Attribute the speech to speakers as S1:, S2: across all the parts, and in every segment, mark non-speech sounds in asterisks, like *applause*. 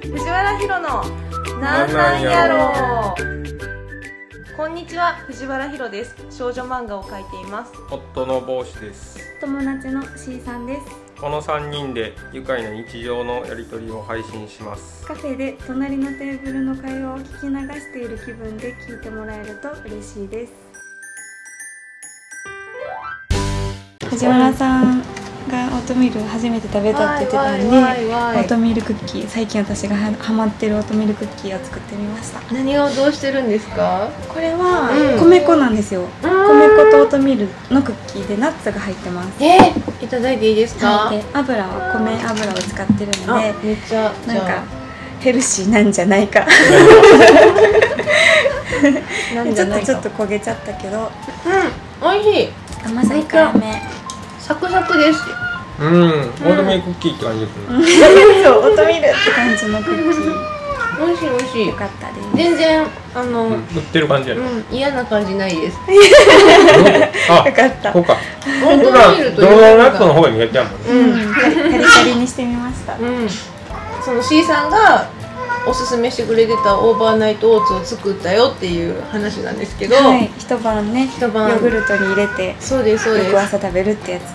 S1: ひろのなんなんやろこんにちは藤原ひろです少女漫画を描いています
S2: 夫の帽子です
S3: 友達の C さんです
S2: この3人で愉快な日常のやり取りを配信します
S3: カフェで隣のテーブルの会話を聞き流している気分で聞いてもらえると嬉しいです藤原さんがオートミール初めて食べたって言ってたんでオートミールクッキー最近私がはハマってるオートミールクッキーを作ってみました
S1: 何をどうしてるんですか
S3: これは
S1: うん
S3: 米粉なんですよ、米
S1: 米
S3: 粉とオートミールのクッキーでナッツが入ってます
S1: えー、いただいていいですか
S3: はいで油は米油を使ってるので
S1: あめっちゃじ
S3: なん
S1: ゃ
S3: かヘルシーなんじゃない
S1: あ
S3: か
S1: なん
S3: ち
S1: じゃ
S3: ょっ
S1: な
S3: と
S1: い
S3: ちょ
S1: か
S3: っと焦げちゃったけど
S1: うん美味しい
S3: 甘さ控えめ
S1: サクサクです
S2: うん、オートミールクッキーって感じですね、
S3: *laughs* そうオートミールって感じのクッキー
S1: 美味しい美味しい
S3: よかったです
S1: 全然あの、
S2: うん売ってる感じや
S1: う
S2: ね、
S1: ん、嫌な感じないです。
S2: あ
S3: よ、かった
S2: こうか
S1: 本
S2: 僕
S1: 当
S2: ら
S1: に見ると
S2: ドーナツの方が磨いてあるもんね
S1: うん、
S3: カリカリにしてみました
S1: うん、その C さんがおすすめしてくれてたオーバーナイトオーツを作ったよっていう話なんですけど、
S3: はい一晩ね
S1: 一晩
S3: ヨーグルトに入れて
S1: そうですそうで
S3: 翌
S1: す
S3: 朝食べるってやつ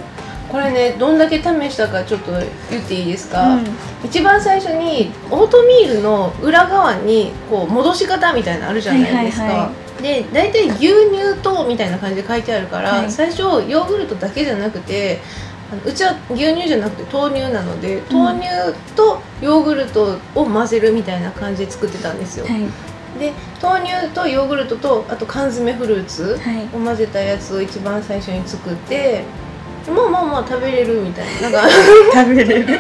S1: これねどんだけ試したかちょっと言っていいですか、
S3: うん
S1: 一番最初にオートミールの裏側にこう戻し方みたいなのあるじゃないですか、
S3: はいはいは
S1: で大体牛乳とみたいな感じで書いてあるから、
S3: はい
S1: 最初ヨーグルトだけじゃなくてあのうちは牛乳じゃなくて豆乳なので豆乳とヨーグルトを混ぜるみたいな感じで作ってたんですよ、
S3: はい
S1: で豆乳とヨーグルトとあと缶詰フルーツ、
S3: はい
S1: を混ぜたやつを一番最初に作ってまあまあまあ食べれるみたいななんか
S3: 食べれる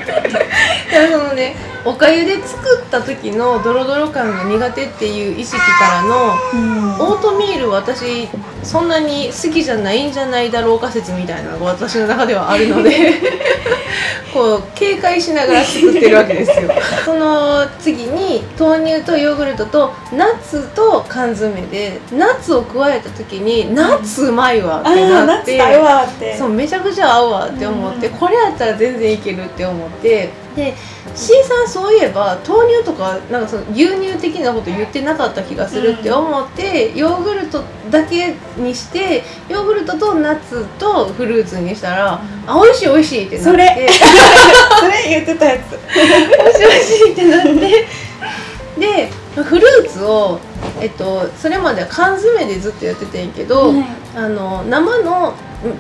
S1: そのねおかゆで作った時のドロドロ感が苦手っていう意識からの
S3: うん
S1: オートミール私そんなに好きじゃないんじゃないだろうか説みたいなのが私の中ではあるの
S3: *laughs*
S1: でこう警戒しながら作ってるわけですよその次に豆乳とヨーグルトとナッツと缶詰でナッツを加えた時にナッツうまいわっ
S3: あ
S1: て
S3: ー
S1: な
S3: ナッ
S1: っ
S3: ツ
S1: て
S3: だよわーって
S1: そうめちゃくちゃ合うわって思って、
S3: うん
S1: これやったら全然いけるって思ってで C さんそういえば豆乳とかなんかその牛乳的なこと言ってなかった気がするって思って、ヨーグルトだけにしてヨーグルトとナッツとフルーツにしたら、あ美味しい美味しいってなって
S3: それそれ言ってたやつ
S1: *laughs* 美味しい美味しいってなって
S3: *laughs*
S1: でフルーツを、えっと、それまでは缶詰でずっとやってたんやけど、
S3: は
S1: あの生の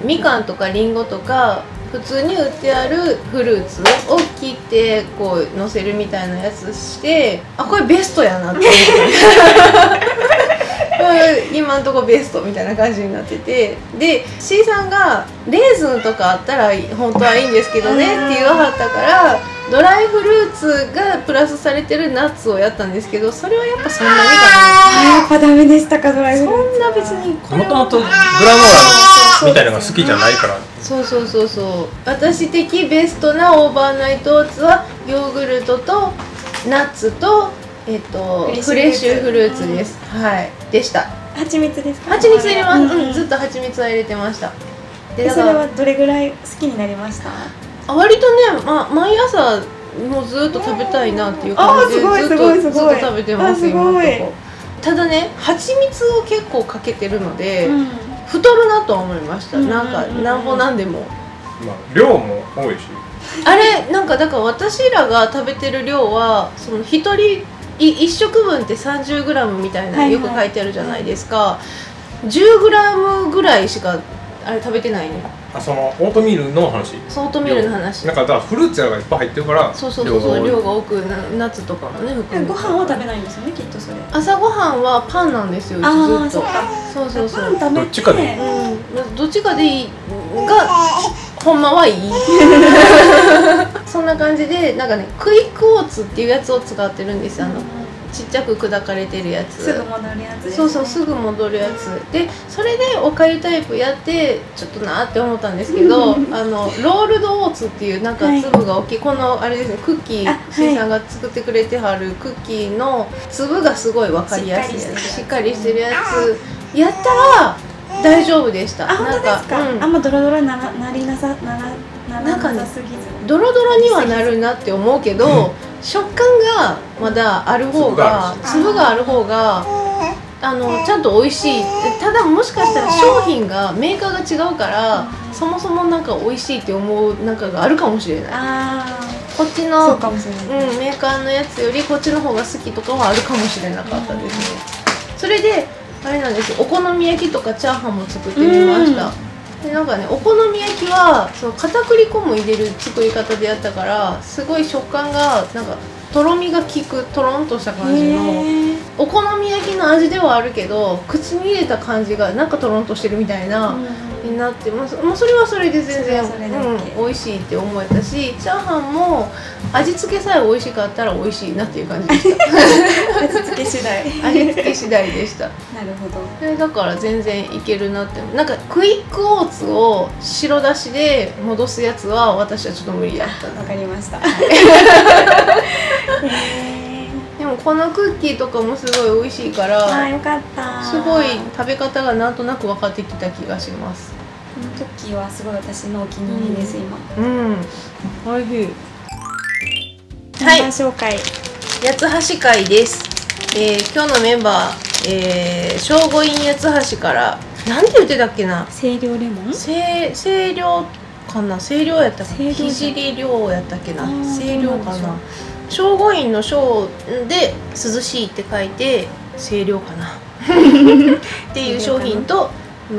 S1: みみかんとかりんごとか普通に売ってあるフルーツを切ってこうのせるみたいなやつしてあこれベストやなって思ってうん今んとこベストみたいな感じになっててで C さんがレーズンとかあったら本当はいいんですけどねって言わはったからドライフルーツがプラスされてるナッツをやったんですけどそれはやっぱそんなにかな
S3: あやっぱダメでしたかドライフルー
S1: そんな別にこれ
S2: も
S1: は
S2: ともとグラノーラみたいなのが好きじゃないから
S1: そうそうそうそう私的ベストなオーバーナイトオーツはヨーグルトとナッツとえっとフ
S3: フ
S1: レ
S3: レ
S1: ッ
S3: ッ
S1: シ
S3: シ
S1: ュ
S3: ュ
S1: フ
S3: フ
S1: ル
S3: ル
S1: ー
S3: ー
S1: ツ
S3: ツ
S1: です、はいでした
S3: ツ蜂蜜ですか
S1: 蜂蜜入れます、うん
S3: うん
S1: ずっと蜂蜜は入れてましたで
S3: え
S1: だ
S3: そ
S1: か
S3: れ
S1: ら
S3: はどれぐらい好きになりました
S1: あ割とね、ま、毎朝もうずっと食べたいなっていう感じで
S3: あ
S1: ず
S3: ーすごい
S1: っ
S3: すご
S1: と
S3: い
S1: ずっ
S3: すごい
S1: と食べてます
S3: あすごい
S1: 今のとこただね蜂蜜を結構かけてるので、
S3: うん
S1: 太るなとは思いました、
S3: うんうんうん
S1: なんかなんぼなんでも
S2: まあ量も多いし
S1: あれなんかだから私らが食べてる量はその一人い一食分って 30g みたいな
S3: は
S1: の
S3: いはい
S1: よく書いてあるじゃないですか、10g ぐらいしかあれ食べてないね
S2: あそのオートミールの話
S1: ソートミールの話
S2: なんかだからフルーツやらがいっぱい入ってるから
S1: そうそうそう
S2: が
S1: そう
S2: 多い
S1: 量が多くなナッツとかもね含めて
S3: ご飯は食べないんですよねきっとそれ
S1: 朝ごはんはパンなんですようちずっ
S3: あー
S1: と
S3: そっか
S1: そうそうそう
S3: パン食べて
S2: どっちかでいい
S1: うん、どっちかでいいがほんまはい
S3: *laughs*
S1: いそんな感じでなんかねクイックオーツっていうやつを使ってるんですよあのちっちゃく砕かれてるやつ
S3: すぐ戻るやつですね
S1: そうそうすぐ戻るやつでそれでおかゆタイプやってちょっとなーって思ったんですけどあのロールドオーツっていうなんか
S3: はい
S1: 粒が大きい、このあれですねクッキ
S3: あは
S1: ー
S3: い
S1: C さんが作ってくれてはるクッキーの粒がすごい分かりやすいやつし
S3: し
S1: っ
S3: っ
S1: か
S3: か
S1: り
S3: り
S1: し
S3: してて
S1: るや
S3: る
S1: つやったら大丈夫でした
S3: あ本当ですか、
S1: うん
S3: あんまドロドロにならなりなさならなら
S1: なんかね
S3: なさすぎず
S1: ドロドロにはなるなって思うけど、食感がまだある方が粒
S3: 粒
S1: が
S3: が
S1: ある方があのちゃんと美味しいただもしかしたら商品がメーカーが違うからそもそもなんか美味しいって思うなんかがあるかもしれない
S3: あ
S1: こっち
S3: あそ
S1: の
S3: うかもしれ
S1: うん
S3: ない、、
S1: メーカーのやつよりこっちの方が好きとかはあるかもしれなかったですねそれであれなんですよお好み焼きとかチャーハンも作ってみました、でなんかねお好み焼きはその片栗粉も入れる作り方でやったからすごい食感がなんかとろみが効くとろんとした感じの
S3: へえ
S1: お好み焼きの味ではあるけど口に入れた感じがなんかとろんとしてるみたいな、
S3: うん
S1: になってます、まあ、それはそれで全
S3: それ
S1: 然
S3: はそれで OK
S1: うん、美味しいって思えたしチャーハンも味付けさえ美味しかったら美味しいなっていう感じでした
S3: *laughs* 味付け次第
S1: 味付け次第でした
S3: なるほど
S1: でだから全然いけるなってなんかクイックオーツを白だしで戻すやつは私はちょっと無理だったな
S3: わかりま
S1: *laughs*
S3: した。へ
S1: でもこのクッキーとかもすごい美味しいか
S3: ーあ
S1: ら
S3: よかった。
S1: すごい
S3: こ
S1: 食べ方がなんとなく分かってきた気がします
S3: のクッキーはすごい私のお気に入りです、今。
S1: うんおいしい
S3: メンバー紹介。
S1: 八つ橋会です、えー今日のメンバー、えー、正午院八つ橋からなんて言ってたっけな
S3: 清涼レモン。
S1: 清清涼かな清涼やったか
S3: 清涼
S1: ひじり涼やったっけな
S3: あー
S1: 清涼か
S3: そうな
S1: なん正午院の正で涼しいって書いて清涼かなっていう商品と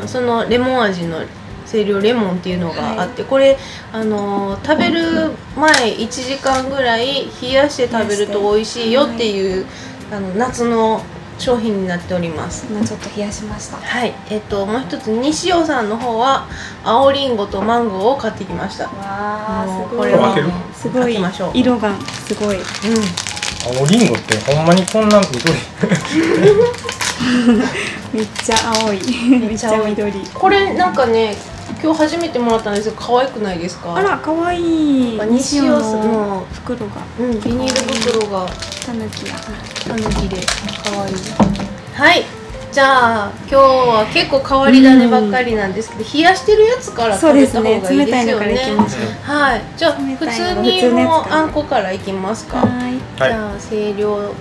S1: そのレモン味の清涼レモンっていうのがあって、これあのー食べる前1時間ぐらい冷やして食べると美味しいよっていう、あの夏の商品になっております
S3: 今ちょっと冷やしました。
S1: はい、えっともう一つ西尾さんの方は青りんごとマンゴーを買ってきました。
S3: わ
S1: もう
S3: ーす
S1: こ
S3: ごい
S1: れは
S2: 開ける
S3: すご
S1: 開
S3: い
S1: けましょう。うん、
S3: 色がすごい。
S2: 青りんごってほんまにこんなんくどい
S3: めっちゃ青い。めっちゃ緑。
S1: これなんかね今日初めてもらったんですけど可愛くないですか？
S3: あ、ら可愛い
S1: ま
S3: い。
S1: あ、西尾さん
S3: の
S1: の、
S3: 袋が
S1: うん、ビニール袋が
S3: タヌキや。
S1: タヌキで可愛い。はい。じゃあ今日は結構変わり種ばっかりなんですけど、冷やしてるやつから
S3: そう
S1: 食べ
S3: で
S1: た方
S3: すね。
S1: がいい
S3: 冷
S1: で
S3: たい
S1: す
S3: の
S1: よ
S3: からいき
S1: ね
S3: ま。しょう。
S1: はい。じゃあ
S3: 冷
S1: 普
S3: たい
S1: 通
S3: の
S1: に
S3: 普通のや
S1: も
S3: つ
S1: う
S3: から
S1: あんこからいきますか。
S3: はい。い
S1: じゃあ清涼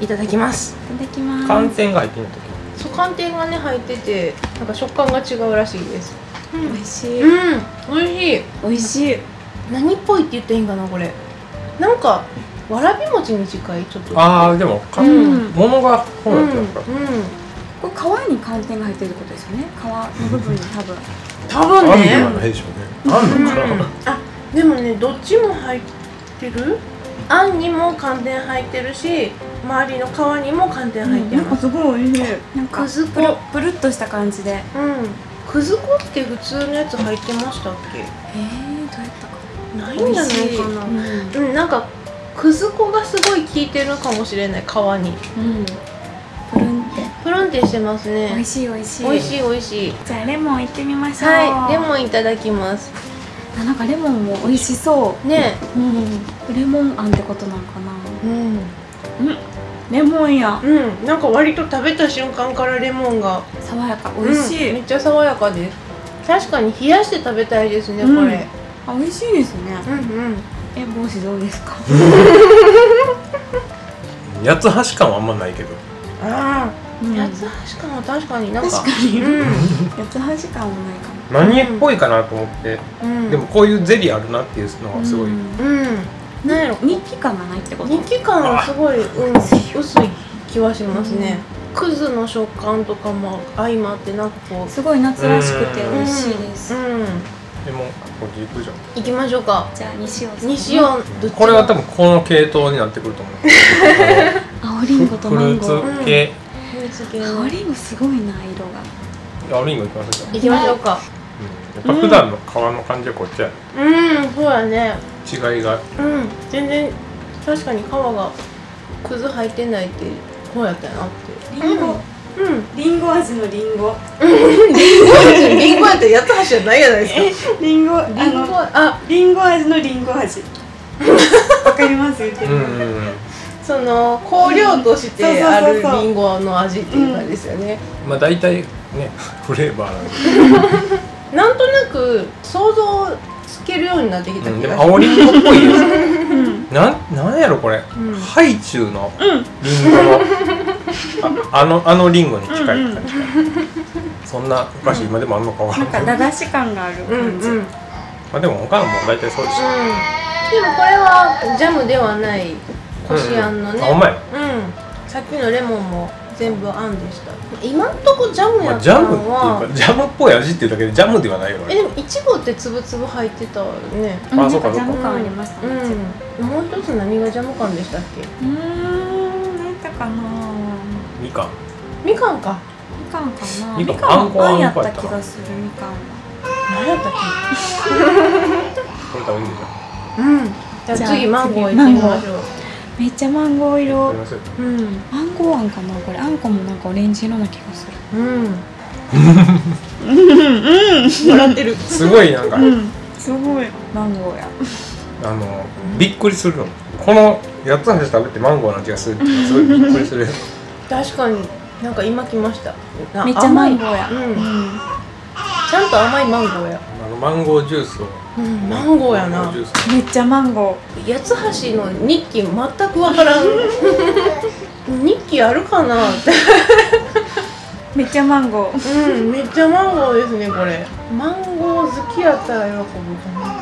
S1: いただきます。
S3: ただきます。
S2: 寒天が入ってんの時
S1: そう寒天がね入っててなんか食感が違うらしいです。う
S3: 美味しい。
S1: ん、美味しい。
S3: 美味しい。
S1: 何っぽいって言っていいんかなこれ。なんかわらび餅に近いちょっと。
S2: ああでもか、
S3: うん
S2: 桃がこ
S1: うん、う
S2: うんなってたか、
S3: これ皮に寒天が入ってるってことですよね。皮の部分に多分。
S1: 多分
S2: あんで
S1: ね
S2: は。ないでしょうねあんのかな、
S1: うんあ、でもねどっちも入ってる。あんにも寒天入ってるし、周りの皮にも寒天入ってます。
S3: すごい美味しい。なんか
S1: くず
S3: プ
S1: 粉
S3: ル、プルっとした感じで。え
S1: うん。くず粉って普通のやつ入ってましたっけ？
S3: ー、どうや
S1: な
S3: ったか。
S1: いんじゃないかな。
S3: うん。
S1: うん、なんかくず粉がすごい効いてるかもしれない皮に
S3: プルンって。
S1: プルンってしてます
S3: 美味
S1: ね
S3: しい美味しい。
S1: 美味しい美味しい
S3: じゃあレモンいってみましょう。
S1: はいレモンいただきます
S3: あなんかレモンも美味しそ
S1: ね
S3: う。うん。レモンあんってことなのかな。
S1: うん、
S3: レモンや。
S1: うん、なんか割と食べた瞬間からレモンが
S3: 爽やか。美味し
S1: うん
S3: い。
S1: めっちゃ爽やかです確かに冷やして食べたいですね、
S3: うん
S1: これ
S3: あ美味しいですね。
S1: うんうん
S3: え帽子どうですか。
S2: 八つ橋感はあんまないけど
S1: あ
S3: うん
S1: あ
S3: や
S1: 八
S3: つ
S1: つ橋かも確かになんか
S3: 確かに
S1: うん、
S3: はじ感もないかも。
S2: 何っぽいかなと思って、
S1: うん、
S2: でもこういうゼリーあるなっていうのはすごい、
S3: う
S2: うん
S3: ん
S1: うんなんやろ
S3: 日記感がないってこと
S1: 人気感はすごい、うん、薄い気はしますね、くずの食感とかも相まってなんかこう
S3: すごい夏らしくて美味しいです、
S1: うん、うん
S2: でもこっち行くじゃん
S1: 行きましょうか
S3: じゃあ西尾さん
S1: 西尾どっち
S2: これは多分この系統になってくると思う
S3: 青りんごと
S2: フ
S3: マン
S2: ル
S3: ゴー
S2: ーツ系、
S3: 青りんごすごいな色が
S2: 青りんごいきますじゃん、
S1: 行きましょうか
S2: うん、やっぱ普段の皮の感じはこっちやね
S1: うんそうやね
S2: 違いが
S1: うん全然確かに皮がくず入ってないってこうやったなって
S3: りん
S1: う
S3: ご
S1: ん
S3: りんご味のりんご
S1: りんごやったらやったはずじゃないやないですか
S3: りんごあ
S1: りんごあ
S3: りんご味のりんご *laughs* 味わかります言って
S2: うん
S3: る
S2: うんうん
S1: その香料として
S3: うん
S1: あ
S3: そう
S1: る
S3: そうそうそう
S1: りんごの味っていう感じですよね、
S2: まあ大体ねフレーバーなんで
S1: なんとなく想像つけるようになってきた
S2: うん、
S1: 気
S2: で
S1: が
S2: も
S1: し
S2: 青りんごっぽいですね
S3: うん
S2: なんなんやろこれ、
S1: ん
S2: ハイチュウの
S3: うん
S2: リンゴのああのあのリンゴに近い感じ、
S3: うんうん
S2: そんなお菓子今でもあんのかわから
S3: な
S2: ない、
S3: んか駄菓子感がある
S1: うんうん、うん、で
S3: 感じ、
S1: もこ
S2: まあでも他のも大体そうでしょ、
S1: れはジャムではないこしあんのね、
S2: あほんまや
S1: うん、さっきのレモンも全部あんでした今んとこジャム
S2: ま
S1: や
S2: あ、
S1: っ
S2: ジャ
S1: た
S2: ムっ
S1: のは、
S2: ていうかジャムっぽい味っていうだけでジャムではないよこ
S1: え
S2: れ
S1: でもいちごってつぶつぶ入ってたよね
S2: うんあそうか
S3: なんジャ
S2: そう
S3: ム
S1: か
S3: 感ありましたね、
S1: うんもう一つ何がジャム感でしたっけ
S3: うーん、なんだかな。
S2: みかん
S1: みかんか
S3: みかんかな。
S2: みかんあ
S3: は
S2: んこ
S3: あんやっ
S2: あ
S3: た
S2: んこやった
S3: 気がする。みかんは。
S1: 何やったっ
S2: これ食べるんでしょ
S1: けうんじゃあ
S3: じゃあ
S1: 次マンゴー
S3: 次
S1: 行ってみましょ
S3: めっちゃマンゴー
S2: 食
S3: 色
S2: べ。ますよ
S1: ううん
S3: マンゴーあんかな、これあんこもなんかオレンジ色な気がする。
S1: *laughs* うん
S3: 笑ってる。
S2: すごいなんか、
S3: うん、すごい。マンゴーや。
S2: あのびっくりするのこの八つ橋食べてマンゴーの味がするってすごいびっくりする
S1: 確かになんか今来ましたな
S3: めっちゃマンゴ
S1: 甘い
S3: ーや。
S1: うん
S3: ん。
S1: ちゃんと甘いマンゴーや
S2: あのマンゴージュースを
S1: うんマンゴーや
S2: マ
S1: な
S2: ンゴジュース
S3: めっちゃマンゴ
S1: 八つ橋の日記全くわから *laughs* ん日記あるかなって
S3: ー。めっちゃマンゴー。
S1: うんめっちゃマンゴーですねこれマンゴー好きやったら喜ぶかな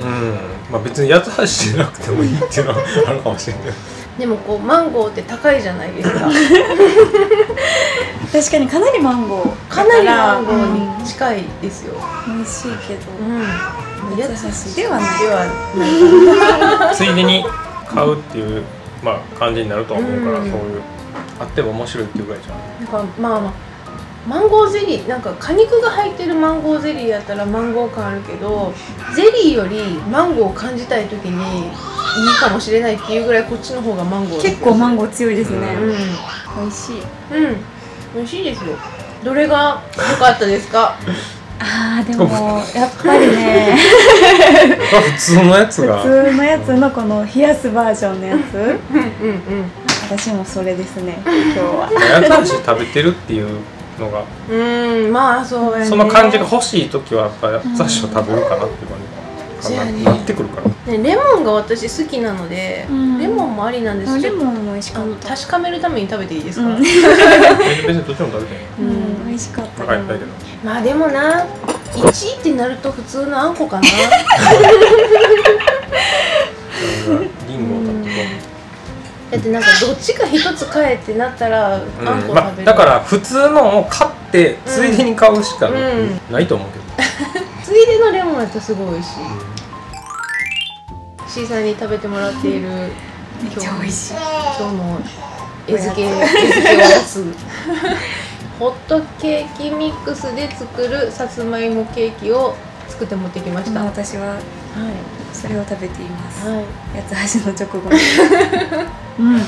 S2: うんまあ別に八つ橋じゃなくてもいいっていうのはあるかもしれないけど
S1: *laughs* でもこうマンゴーって高いじゃないです *laughs* か
S3: 確かにかなりマンゴー。
S1: かなりマンゴ
S3: う
S1: ー
S3: ん
S1: に近いですよ
S3: 美味しいけど。
S1: うん
S3: 八つ橋ではない
S1: では *laughs*
S2: ついでに買うっていう、まあ、感じになるとは思うから、
S1: うん
S2: そういうあっても面白いっていうぐら
S1: *laughs*
S2: いじゃ
S1: な
S2: ん
S1: んかまあまあマンゴーゼリーなんか果肉が入ってるマンゴーゼリーやったらマンゴー感あるけどゼリーよりマンゴーを感じたい時にいいかもしれないっていうぐらいこっちの方がマンゴー
S3: 結構マン
S1: ゴ
S3: ゴー強いですね。
S2: う
S1: う
S3: 美味しい。
S1: んうん美味しいですよどれが良かったですか
S3: ああ、でも、やっぱりね。
S2: まあ普通のやつが
S3: 普通のやつのこの冷やすバージョンのやつ
S1: うんうんうん
S3: 私もそれですね今日は
S2: 八つ橋食べてるっていうのが
S1: うーんまあそうやね
S2: その感じが欲しい時はやっぱ八つ橋を食べるかなっていう感じか
S1: う
S2: な,、
S1: ん
S2: なってくるから
S1: ねレモンが私好きなので、
S3: うん
S1: レモンもありなんですけ
S3: レ
S1: ど
S3: モンも美味し
S1: あ
S3: か
S1: の
S3: った
S1: 確かめるために食べていいですか、
S3: うん
S2: 別にどっちも食べて
S3: う
S1: うん
S3: ん美味しかった
S2: なかったけど
S1: まあでもな1位ってなると普通のあんこかな
S2: リンゴを食べて
S1: だってなんかどっちか一つ買えってなったらあん
S2: こう、うん
S1: こ
S2: まあ、
S1: 食べる、
S2: だから普通のを買ってついでに買うしか
S1: うん
S2: ないと思うけど、
S1: ついでのレモンやったらすごい美味しい C さんに食べてもらっている
S3: めっちゃ美味しい
S1: 今日の餌付け餌付けおやつホットケーキミックスで作るさつまいもケーキを作って持ってきました、
S3: 今
S1: はい
S3: 私はそれを食べています
S1: はい
S3: 八つ橋の直後に *laughs* うん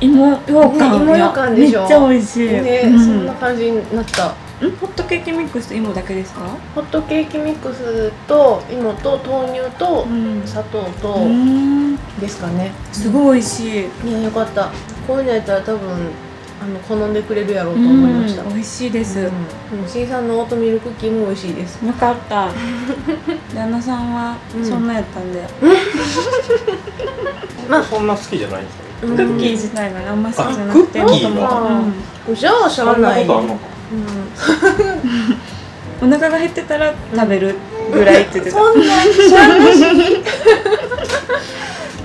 S3: 芋ようかん
S1: ね芋ようかんでしょ
S3: めっちゃ美味しい
S1: ね、
S3: うん
S1: そんな感じになった
S3: んホットケーキミックスと芋だけですか
S1: ホットケーキミックスと芋と豆乳と
S3: ん
S1: 砂糖
S3: う
S1: と
S3: ん
S1: ですかね、
S3: すごい美味しい
S1: いやよかったこういうのやったら多分あの好んでくれるやろう
S3: う
S1: と思いました、
S3: ん美味しいです
S1: うん、C さんのオートミールクッキーも美味しいです
S3: よかった
S1: *laughs*
S3: 旦那さんはそんなやったんで
S1: まあ
S2: そんな好きじゃないんですよ
S1: ク
S2: ね
S3: クッキー自体があんま好きじゃな
S2: あク
S3: く
S2: ッ
S3: て
S2: キー
S3: もともと
S1: がじゃあしゃあ
S2: そんな
S1: ない
S2: ことあんのか
S1: う
S3: うんお腹が減ってたら食べるぐらいって言っ
S1: ん、
S3: てた、
S1: そんなしゃあなし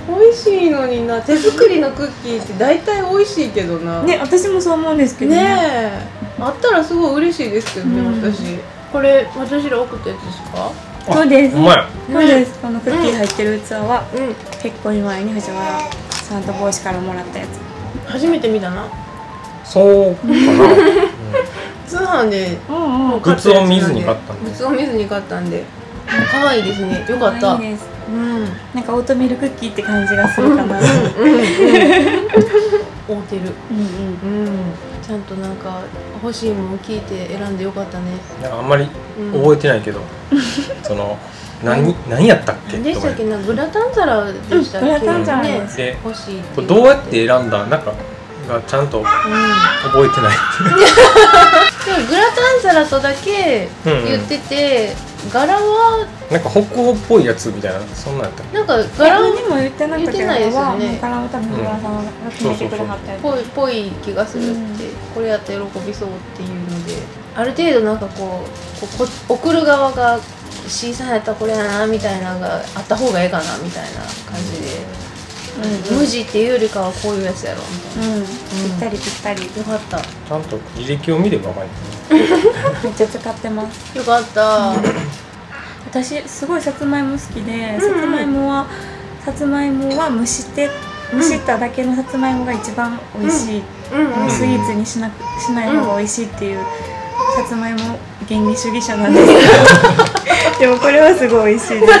S1: 美味しいのにな手作りのクッキーって大体美味しいけどな
S3: ね私もそう思うんですけど
S1: ねえあったらすごい嬉しいですけどね、
S3: うん
S1: 私これ私ら送ったやつですか
S3: そうです
S2: ほんまや
S3: そうですこのクッキー入ってる器は
S1: うん
S3: 結構前に藤原さんと帽子からもらったやつ
S1: 初めて見たな
S2: そうかな、
S1: 通販で
S3: うん
S1: もう
S2: グ
S1: 買
S2: ッ
S1: っ
S2: ズ
S1: たやつな
S2: を
S1: ん
S2: 見
S1: で
S2: ずに買ったん
S1: グ
S2: で
S1: ッズを見ずに買ったんで可愛いですねよかった
S3: いいです
S1: うん
S3: *laughs*
S1: うん
S3: なんかオートミールクッキーって感じがするかな
S1: 合うてる
S3: うんうん
S1: うんちゃんとなんか欲しいもの聞いて選んでよかったね、
S2: なんかあんまり
S1: うん、
S2: 覚えてないけど、その何何やったっけ
S1: 何で
S2: と
S1: し
S2: か
S1: たっけなグラタン皿でしたっけ、
S3: うんグラタン皿
S1: ね
S3: け
S2: で
S1: 欲しい
S2: これどうやって選んだなんかがちゃんと
S1: うん
S2: 覚えてない *laughs*
S1: でもグラタン皿とだけ言ってて、柄は
S2: なんか北欧っぽいやつみたいなそんなんやったっ
S1: なんか柄
S3: 柄
S1: っ
S3: にも言ってなかっ
S1: 言
S3: たけど、
S1: ってないですよね
S3: もう柄を多分村さんが決めてくれはったやつ
S1: ぽいっぽい気がするって、
S3: うん
S1: これやったら喜びそうっていうのである程度なんかこうこうこ送る側が C さんやったらこれやなみたいなのがあった方がええかなみたいな感じで、無地っていうよりかはこういうやつやろみたい
S3: うん、ぴったりぴったり
S1: なよかった
S2: けちゃんと履歴を見ればわかる
S3: めっちゃ使ってます
S1: よかった
S3: 私すごいさつまいも好きで、
S1: ん
S3: さつまいもはさつまいもは蒸して蒸しただけのさつまいもが一番美味しい、
S1: うんうん
S3: スイーツにしなくしない方が美味しいっていう、さつまいも原理主義者なんですけどでもこれはすごい美味しいです、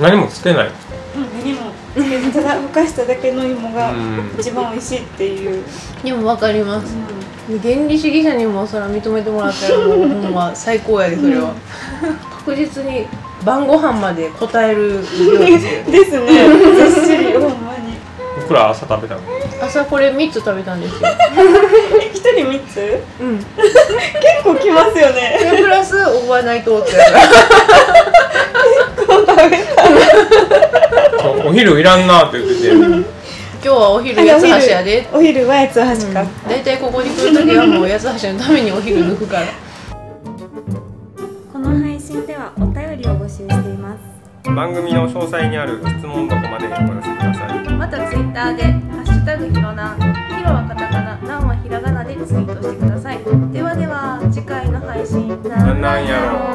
S2: 何もつけない
S3: うん、何もつけずただふかしただけの芋が
S2: うん
S3: 一番美味しいっていう、
S1: でもわかります原理主義者にもそれは認めてもらったらもうほんま最高やでそれは、確実に晩ご飯まで答える量 *laughs* ですよ
S3: ですねずっしりほんまに
S2: 僕ら朝食べたの
S1: 朝これ3つ食べたんですよ
S3: え一人三つ結
S1: うんで
S3: 構きますよね
S1: プラスオーバーナイトオーツやから
S2: そうお昼いらんなって言ってて
S1: 今日はお昼八つ橋やで
S3: お昼はやつ橋か、
S1: 大体ここに来る時はもう八つ橋のためにお昼抜くから
S3: この配信ではお便りを募集しています
S2: 番組の詳細にある質問箱までお寄せください
S4: またツイッターで「ハッシュタグひろなん」「ひろはカタカナ」「なん」はひらがなでツイートしてくださいではでは次回の配信
S2: なんなんやろ